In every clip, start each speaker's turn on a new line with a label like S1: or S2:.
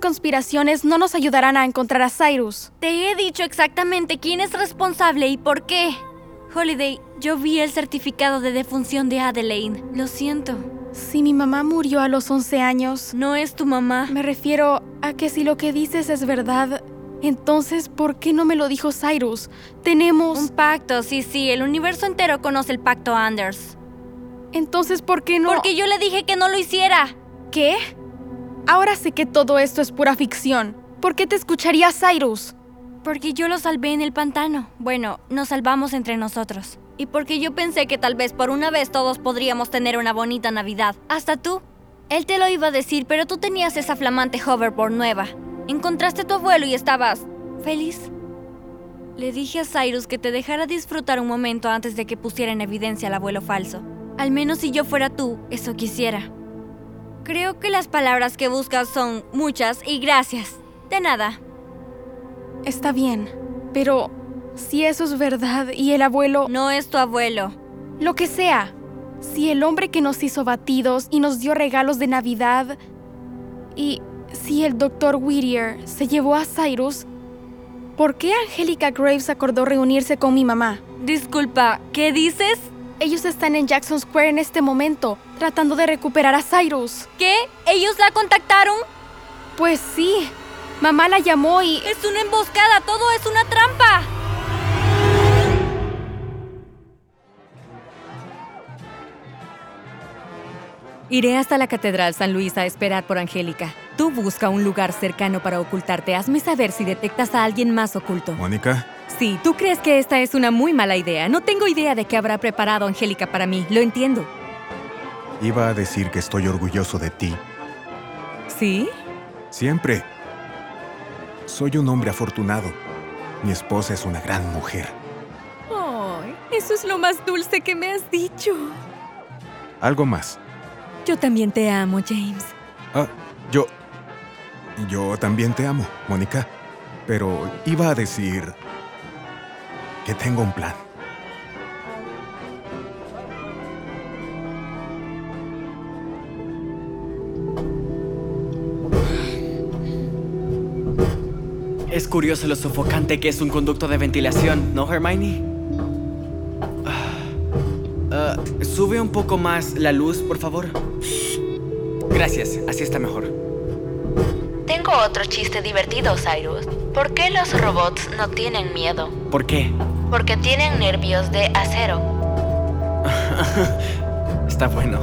S1: conspiraciones no nos ayudarán a encontrar a Cyrus.
S2: Te he dicho exactamente quién es responsable y por qué. Holiday, yo vi el certificado de defunción de Adelaide. Lo siento.
S1: Si mi mamá murió a los 11 años,
S2: No es tu mamá.
S1: me refiero a que si lo que dices es verdad, entonces ¿por qué no me lo dijo Cyrus?
S2: Un
S1: Tenemos...
S2: pacto, sí, sí. El universo entero conoce el pacto Anders.
S1: Entonces ¿por qué no...
S2: Porque yo le dije que no lo hiciera.
S1: ¿Qué? Ahora sé que todo esto es pura ficción. ¿Por qué te escucharía Cyrus?
S2: Porque yo lo salvé en el pantano. Bueno, nos salvamos entre nosotros. Y porque yo pensé que tal vez por una vez todos podríamos tener una bonita Navidad. Hasta tú. Él te lo iba a decir, pero tú tenías esa flamante hoverboard nueva. Encontraste a tu abuelo y estabas... feliz. Le dije a Cyrus que te dejara disfrutar un momento antes de que pusiera en evidencia al abuelo falso. Al menos si yo fuera tú, eso quisiera. Creo que las palabras que buscas son muchas y gracias. De nada.
S1: Está bien, pero si eso es verdad y el abuelo...
S2: No es tu abuelo.
S1: Lo que sea. Si el hombre que nos hizo batidos y nos dio regalos de Navidad... Y si el doctor Whittier se llevó a Cyrus... ¿Por qué Angélica Graves acordó reunirse con mi mamá?
S2: Disculpa, ¿qué dices?
S1: Ellos están en Jackson Square en este momento, tratando de recuperar a Cyrus.
S2: ¿Qué? ¿Ellos la contactaron?
S1: Pues sí. Mamá la llamó y...
S2: Es una emboscada, todo es una trampa.
S3: Iré hasta la Catedral San Luis a esperar por Angélica. Tú busca un lugar cercano para ocultarte. Hazme saber si detectas a alguien más oculto.
S4: Mónica,
S3: Sí, tú crees que esta es una muy mala idea. No tengo idea de qué habrá preparado Angélica para mí. Lo entiendo.
S4: iba a decir que estoy orgulloso de ti.
S3: ¿Sí?
S4: Siempre. Soy un hombre afortunado. Mi esposa es una gran mujer.
S3: Ay, eso es lo más dulce que me has dicho.
S4: Algo más.
S3: Yo también te amo, James.
S4: Ah, yo... Yo también te amo, Mónica. Pero iba a decir... que tengo un plan.
S5: Es curioso lo sofocante que es un conducto de ventilación, ¿no, Hermione? Ah, ah, sube un poco más la luz, por favor. Gracias, así está mejor.
S6: Tengo otro chiste divertido, Cyrus. ¿Por qué los robots no tienen miedo?
S5: ¿Por qué?
S6: Porque tienen nervios de acero.
S5: Está bueno.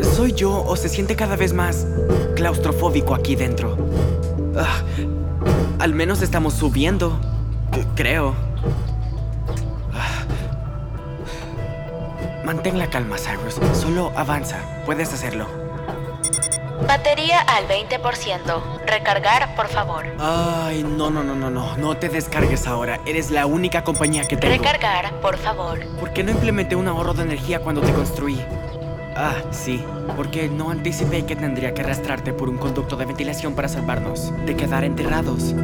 S5: ¿Soy yo o se siente cada vez más claustrofóbico aquí dentro? Ah, al menos estamos subiendo, c- creo. Ah. Mantén la calma, Cyrus. Solo avanza. Puedes hacerlo.
S6: Batería al 20%. Recargar, por favor.
S5: Ay, no, no, no, no, no. No te descargues ahora. Eres la única compañía que tengo.
S6: Recargar, por favor.
S5: ¿Por qué no implementé un ahorro de energía cuando te construí? Ah, sí, porque no anticipé que tendría que arrastrarte por un conducto de ventilación para salvarnos de quedar enterrados.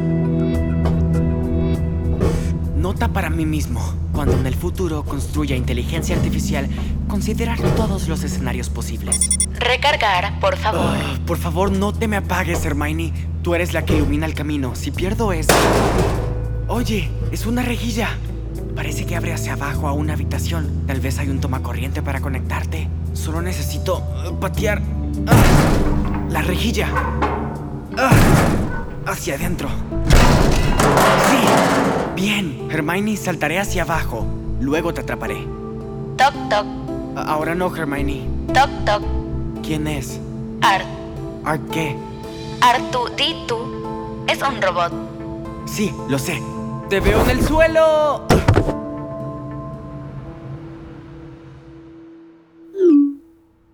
S5: Nota para mí mismo, cuando en el futuro construya inteligencia artificial, considerar todos los escenarios posibles.
S6: Recargar, por favor.
S5: Ah, por favor, no te me apagues, Hermione. Tú eres la que ilumina el camino. Si pierdo es... Oye, es una rejilla. Parece que abre hacia abajo a una habitación. Tal vez hay un tomacorriente para conectarte. Solo necesito ah, patear... Ah, la rejilla. Ah, hacia adentro. Sí. Bien, Hermione, saltaré hacia abajo. Luego te atraparé.
S6: Toc, toc,
S5: A- Ahora no, Hermione.
S6: toc, toc.
S5: ¿Quién es?
S6: Art.
S5: ¿A qué?
S6: Artu Ditu es un robot.
S5: Sí, lo sé. Te veo en el suelo.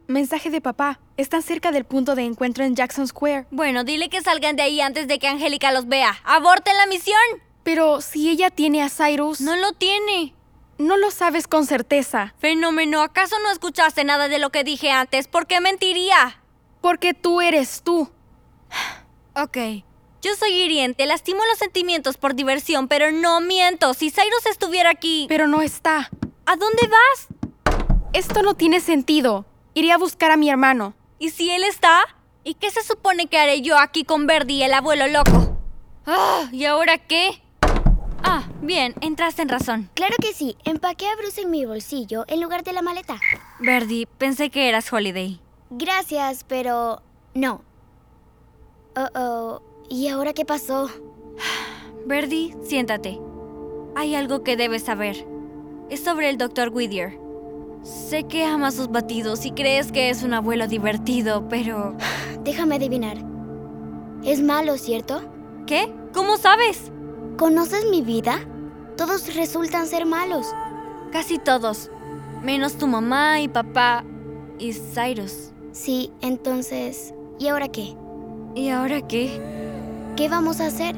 S1: Mensaje de papá. Están cerca del punto de encuentro en Jackson Square.
S2: Bueno, dile que salgan de ahí antes de que Angélica los vea. ¡Aborten la misión!
S1: Pero si ella tiene a Cyrus...
S2: No lo tiene.
S1: No lo sabes con certeza,
S2: Fenómeno, ¿acaso no escuchaste nada de lo que dije antes? ¿Por qué mentiría?
S1: porque tú eres tú.
S2: Ok. Yo soy hiriente, lastimo los sentimientos por diversión, pero no miento. Si Cyrus estuviera aquí...
S1: Pero no está.
S2: ¿A dónde vas?
S1: Esto no tiene sentido. Iré a buscar a mi hermano.
S2: ¿Y si él está? ¿Y qué se supone que haré yo aquí con Verdi, el abuelo loco? ¡Ah! ¿Y ahora qué? Ah, bien, entraste en razón.
S7: Claro que sí, empaqué a Bruce en mi bolsillo en lugar de la maleta.
S2: Verdi, pensé que eras Holiday.
S7: Gracias, pero no. Oh, oh. ¿Y ahora qué pasó?
S2: Verdi, siéntate. Hay algo que debes saber. Es sobre el Dr. Whittier. Sé que amas sus batidos y crees que es un abuelo divertido, pero...
S7: Déjame adivinar. Es malo, ¿cierto?
S2: ¿Qué? ¿Cómo sabes?
S7: ¿Conoces mi vida? Todos resultan ser malos.
S2: Casi todos. Menos tu mamá y papá y Cyrus.
S7: Sí, entonces, ¿y ahora qué?
S2: ¿Y ahora qué?
S7: ¿Qué vamos a hacer?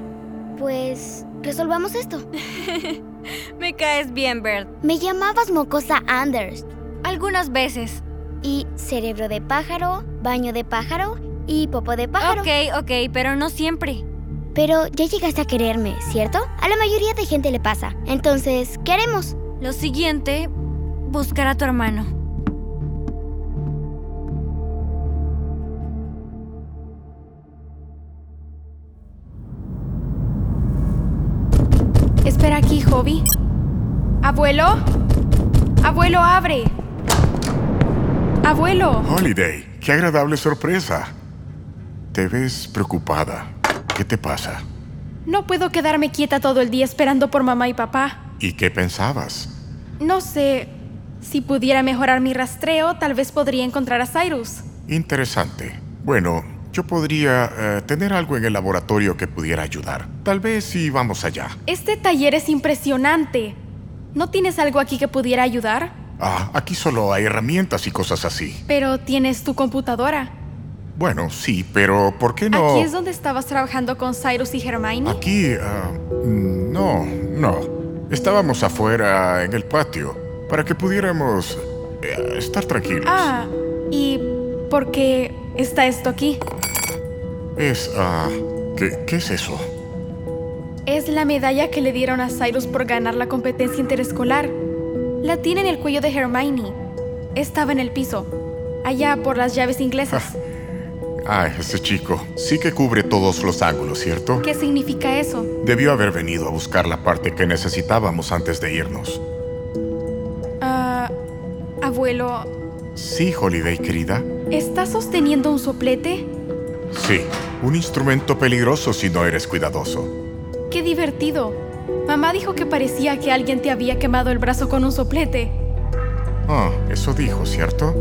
S7: Pues, resolvamos esto.
S2: Me caes bien, Bert.
S7: Me llamabas mocosa Anders.
S2: Algunas veces.
S7: Y cerebro de pájaro, baño de pájaro y popo de pájaro.
S2: Ok, ok, pero no siempre.
S7: Pero ya llegaste a quererme, ¿cierto? A la mayoría de gente le pasa. Entonces, ¿qué haremos?
S2: Lo siguiente, buscar a tu hermano.
S1: Espera aquí, Hobby. ¿Abuelo? ¡Abuelo, abre! ¡Abuelo!
S8: Holiday, qué agradable sorpresa. Te ves preocupada. ¿Qué te pasa?
S1: No puedo quedarme quieta todo el día esperando por mamá y papá.
S8: ¿Y qué pensabas?
S1: No sé. Si pudiera mejorar mi rastreo, tal vez podría encontrar a Cyrus.
S8: Interesante. Bueno, yo podría eh, tener algo en el laboratorio que pudiera ayudar. Tal vez si vamos allá.
S1: Este taller es impresionante. ¿No tienes algo aquí que pudiera ayudar?
S8: Ah, aquí solo hay herramientas y cosas así.
S1: Pero tienes tu computadora.
S8: Bueno, sí, pero ¿por qué no?
S1: Aquí es donde estabas trabajando con Cyrus y Hermione.
S8: Aquí, ah, mm, no, no. Estábamos afuera en el patio para que pudiéramos eh, estar tranquilos.
S1: Ah, ¿y por qué está esto aquí?
S8: Es, ah, ¿qué, ¿qué es eso?
S1: Es la medalla que le dieron a Cyrus por ganar la competencia interescolar. La tiene en el cuello de Hermione. Estaba en el piso, allá por las llaves inglesas.
S8: Ah, ese chico. Sí que cubre todos los ángulos, ¿cierto?
S1: ¿Qué significa eso?
S8: Debió haber venido a buscar la parte que necesitábamos antes de irnos.
S1: Ah, abuelo,
S8: Sí, Holiday, querida.
S1: ¿estás sosteniendo un soplete?
S8: Sí, un instrumento peligroso si no eres cuidadoso.
S1: ¡Qué divertido! Mamá dijo que parecía que alguien te había quemado el brazo con un soplete.
S8: Ah, eso dijo, ¿cierto?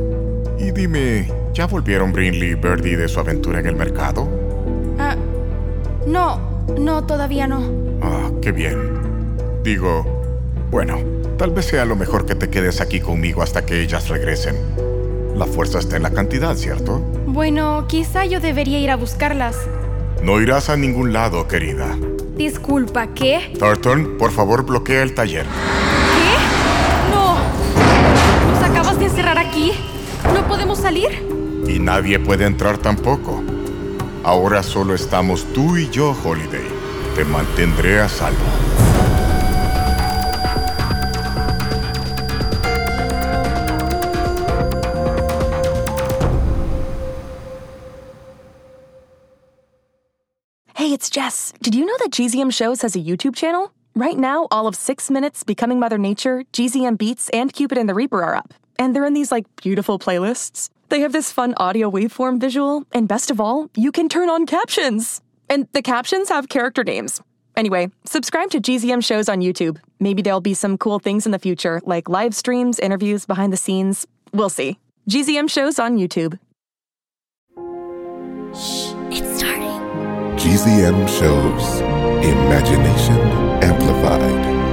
S8: Y dime, ¿ya volvieron Brinley y Birdie de su aventura en el mercado?
S1: Ah, no, no, todavía no.
S8: Ah, qué bien. Digo, bueno, tal vez sea lo mejor que te quedes aquí conmigo hasta que ellas regresen. La fuerza está en la cantidad, ¿cierto?
S1: Bueno, quizá yo debería ir a buscarlas.
S8: No irás a ningún lado, querida.
S1: Disculpa, ¿qué?
S8: Thornton, por favor, bloquea el taller.
S1: ¿Qué? ¡No! ¿Nos acabas de encerrar aquí? ¿No podemos salir?
S8: Y nadie puede entrar tampoco. Ahora solo estamos tú y yo, Holiday. Te mantendré a salvo.
S9: Hey, it's Jess. Did you know that GZM Shows has a YouTube channel? Right now, all of Six Minutes, Becoming Mother Nature, GZM Beats, and Cupid and the Reaper are up. And they're in these, like, beautiful playlists. They have this fun audio waveform visual, and best of all, you can turn on captions! And the captions have character names. Anyway, subscribe to GZM Shows on YouTube. Maybe there'll be some cool things in the future, like live streams, interviews, behind the scenes. We'll see. GZM Shows on YouTube.
S7: It's starting.
S10: GZM shows Imagination Amplified.